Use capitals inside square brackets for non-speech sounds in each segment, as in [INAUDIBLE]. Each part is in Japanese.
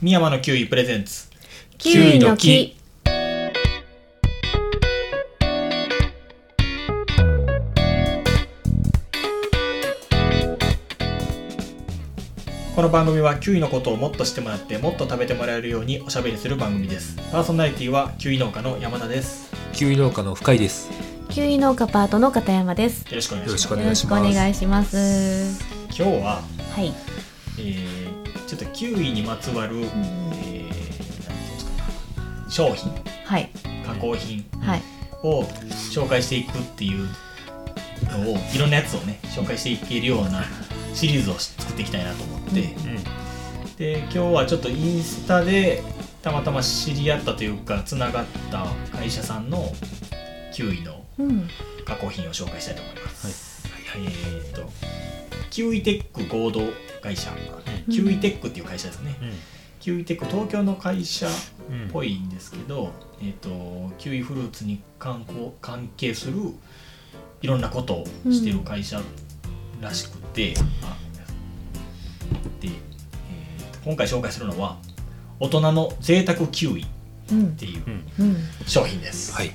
深山のキウイプレゼンツキウイの木。この番組はキウイのことをもっと知ってもらってもっと食べてもらえるようにおしゃべりする番組ですパーソナリティはキウイ農家の山田ですよキウイ農家の深井です。よキウイ農家パートの片山です。ろしくお願いしろましすくおよ願ろいししくおます。願いします。今日は、はい。えー、ちょっとキウイにまつわる、えー、なんていうんですかね商品はい。加工品はい。を紹介していくっていうのをいろんなやつをね紹介していけるようなシリーズを作っていきたいなと思って、で今日はちょっとインスタでたまたま知り合ったというかつながった会社さんのキウイのうん。加工品を紹介したいと思います、はいえーっとキウイテック合同会社、うんキウイテックっていう会社ですね、うん。キウイテック東京の会社うん。ぽいんですけど、えー、とキウイフルーツに関こ関係するいろんなことをしてる会社らしくて、あで、えーと今回紹介するのは大人の贅沢キウイっうん。ていううん。うん。商品です、はい。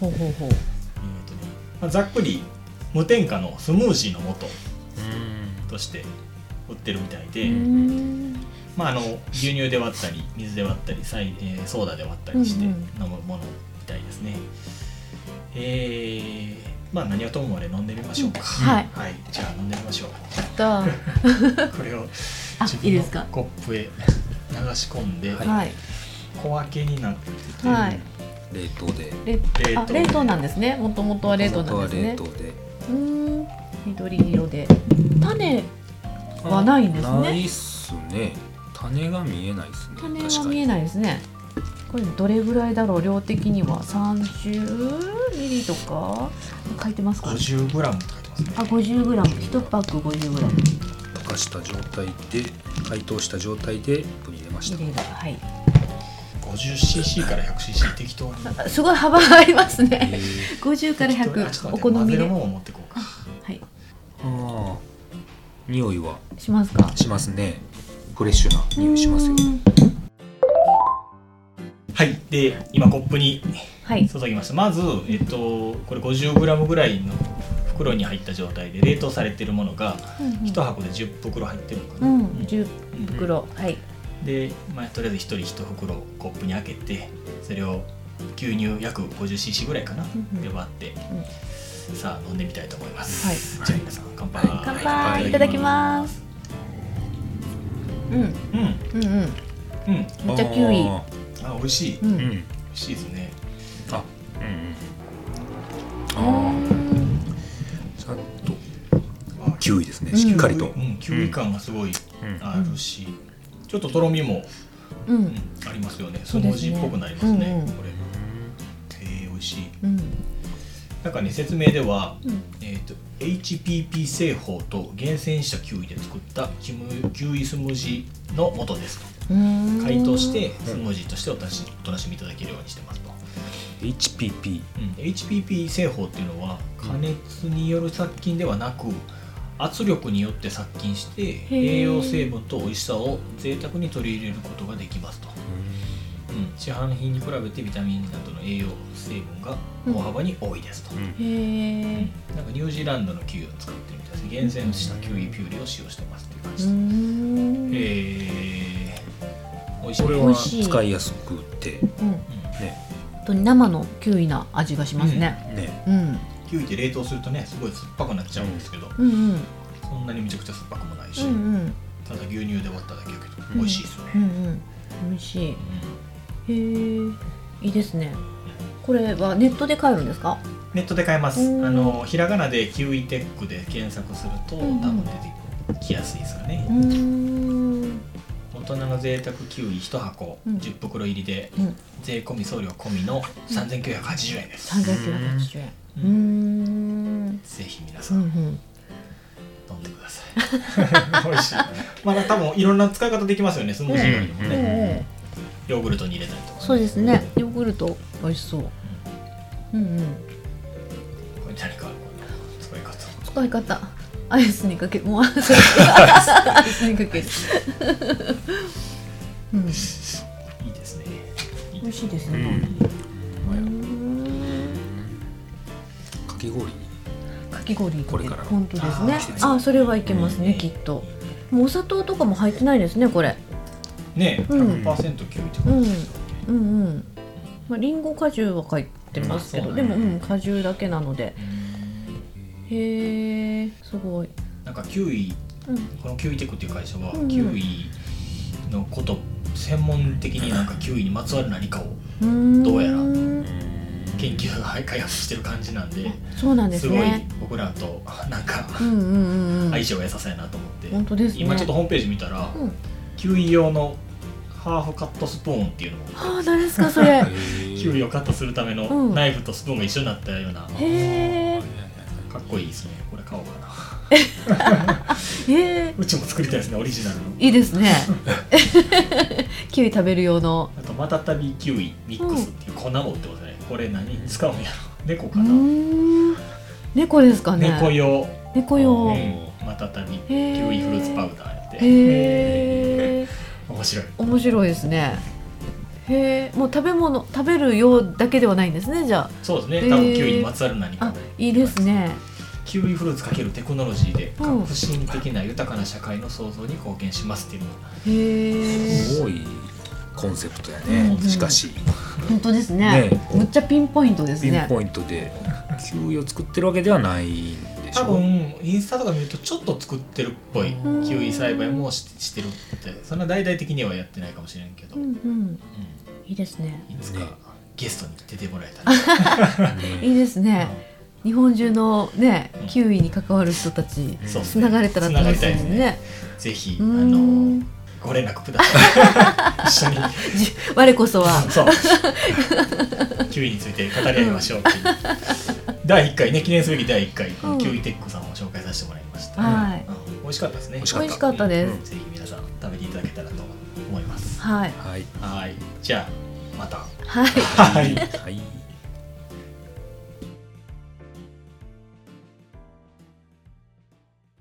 ほうほうほえーとう。ねまあざっくり無添加のスムージーの素うん。として売ってるみたいで、ううーん。まあ、あの牛乳で割ったり水で割ったりサイ、えーソーダで割ったりしてうん飲むものみたいですね、えーまあ何はともあれ飲んでみましょうか、はいはい、じゃあ飲んでみましょ [LAUGHS] うと。はこれをあ自い分いのですかコップへ流し込んでい。小分けになってて、はい。冷凍で。冷冷凍あ、冷凍なんですね。もともとは冷凍なんですね元。々は冷凍で。うーん。緑色で。種。はないんですねないっすね。種が見えないですね。種確はか見に。えないですね。これどれぐらいだろう量的には三十ミリとか書いてますか。 50g って書いてますねあ、五十グラム。一パック五十グラム。溶かした状態で、解凍した状態で、こに入れまし入た。れるはい。 50cc から 100cc 適当にあすごい幅がありますえね。ー、五十から適当にあちょっ百とお好待って混ぜみるで。もんを持ってこうかはい。ああ。匂いはしますか。しますね。フレッシュな匂いしますよ。うんはいで今コップにはい。注ぎましたまず、えっと、これ 50g ぐらいの袋に入った状態で冷凍されてるものが1箱で10袋入ってるのかうな、ん、うん十袋、はい。で、まあ、とりあえず1人1袋コップに開けてそれを牛乳約 50cc ぐらいかな、んうんで割って、さあ飲んでみたいと思います、はいじゃあ皆さん乾杯、はい乾杯、はいい、ただきます。ううん、んうん、ううん、んめっちゃキウイ。ああ美味しい、う、美ーうんん。味しいですねあ。うんうん。ああ。ちゃんと。キウイですね。うんしっかりと。うんキウイ感がすごいうんあるし、ちょっととろみも、うん、ううんん、ありますよねスそムうでーすジねーっぽくなりますねうんうんこれえー、美味しいうん、なんかね説明では、うんえー、と HPP 製法と厳選したキウイで作ったキムキウイスムージーの素ですとうん解凍し。てスムージーとしてお楽しお楽しみいただけるようにしてますと、 HPP うん HPP 製法っていうのは加熱による殺菌ではなく圧力によって殺菌して栄養成分と美味しさを贅沢に取り入れることができますと、うん、市販品に比べてビタミンなどの栄養成分が大幅に多いですと、うんへえ。なんかニュージーランドのキウイを使ってるみたいですね厳選したキウイピューレを使用してますっていう感うじです、ん、うん、えー、美味しいこれ美は味しい使いやすくてね本当に生のキウイな味がしますね。ねうん、キウイって冷凍するとねすごい酸っぱくなっちゃうんですけど、うん、うん、そんなにめちゃくちゃ酸っぱくもないし、うん、うん、ただ牛乳で割っただけやけど、うん美味しいですよね、うん、うん、美味しい。へえ、いいですね。これはネットで買えるんですか。ネットで買えます、うんあのひらがなでキウイテックで検索すると多うん分出てきやすいですよね、うーん。大人の贅沢キウイ1箱うん10袋入りでうん。税込み送料込みの3980円です、三千九百八十円。うーうんん。ぜひ皆うさんん飲んでください [LAUGHS] 美味しいまだ多分いろんな使い方できますよねスムージーよりもう。うんんね、ええヨーグルトに入れたりとか、ね、そうですね。ヨーグルト美味しそう。うんうん。これ何かあるかな使い方使い方。アイスにかけもうアイ [LAUGHS] スにかけるうん美いいですねいい味ですしいですうね、んうまやん、かき氷にかき氷いけこれるから本当ですねあー季節あそれはいけますうね、んきっともうお砂糖とかも入ってないですねこれねえうん100%キウイってことですよね、うんうんまあリンゴ果汁は入ってますけど、まあでそうだもねうん果汁だけなのでへえすごいなんかキウイうんこのキウイテクっていう会社は、うんうんキウイのこと専門的になんかキウイにまつわる何かをうーんどうやらうん研究が開発してる感じなんでそうなんす,、ですごいね僕らとなんかうんうんうんうん相性が良さそうやなと思って、本当ですね今ちょっとホームページ見たら、うんキウイ用のハーフカットスプーンっていうのもああ何ですかそ [LAUGHS] れキウイををカットするためのうんナイフとスプーンが一緒になったような、へえかっこいいですねこれ買おうかなえうちも作りたいですねオリジナルのいいです [LAUGHS] ね [LAUGHS] キウイ食べる用のあとまたたびキウイミックスっていう粉も売ってますねこれ何に使うんやろ猫うーかな、ん猫ですかね猫用猫用へうんまたたびキへーウイフルーツパウダーやって、え面白い面白いですねへえもう食べ物食べる用だけではないんですねじゃあそうですへーね多分キウイにまつわる何かをあいいですねキウイフルーツかけるテクノロジーでうん革新的な豊かな社会の創造に貢献しますっていうのがへえすごいコンセプトやうんねうんしかし本当ですねねむっちゃピンポイントですピンねポイントでキウイを作ってるわけではないんでし多ょ分インスタとか見るとちょっと作ってるっぽいうんキウイ栽培もししてるってそんな大々的にはやってないかもしれんけど、ううんんうんいいですねいつかねゲストに出てもらえたらいいねですね日本中のねうんキウイに関わる人たちそうつながれたらつなが楽りしいたいでですすねね。ぜひうあーのんご連絡くだ [LAUGHS] さい一緒にじ我こそは。そうキウイについて語り合いましょうって [LAUGHS] いう第1回ね記念すべき第1回、うんキウイテックさんを紹介させてもらいました、はいうん美味しかったですね美味し美味しかったです。ぜひ皆さん食べていただけたらと思いますはい。はいはいじゃあまたはい。はいはい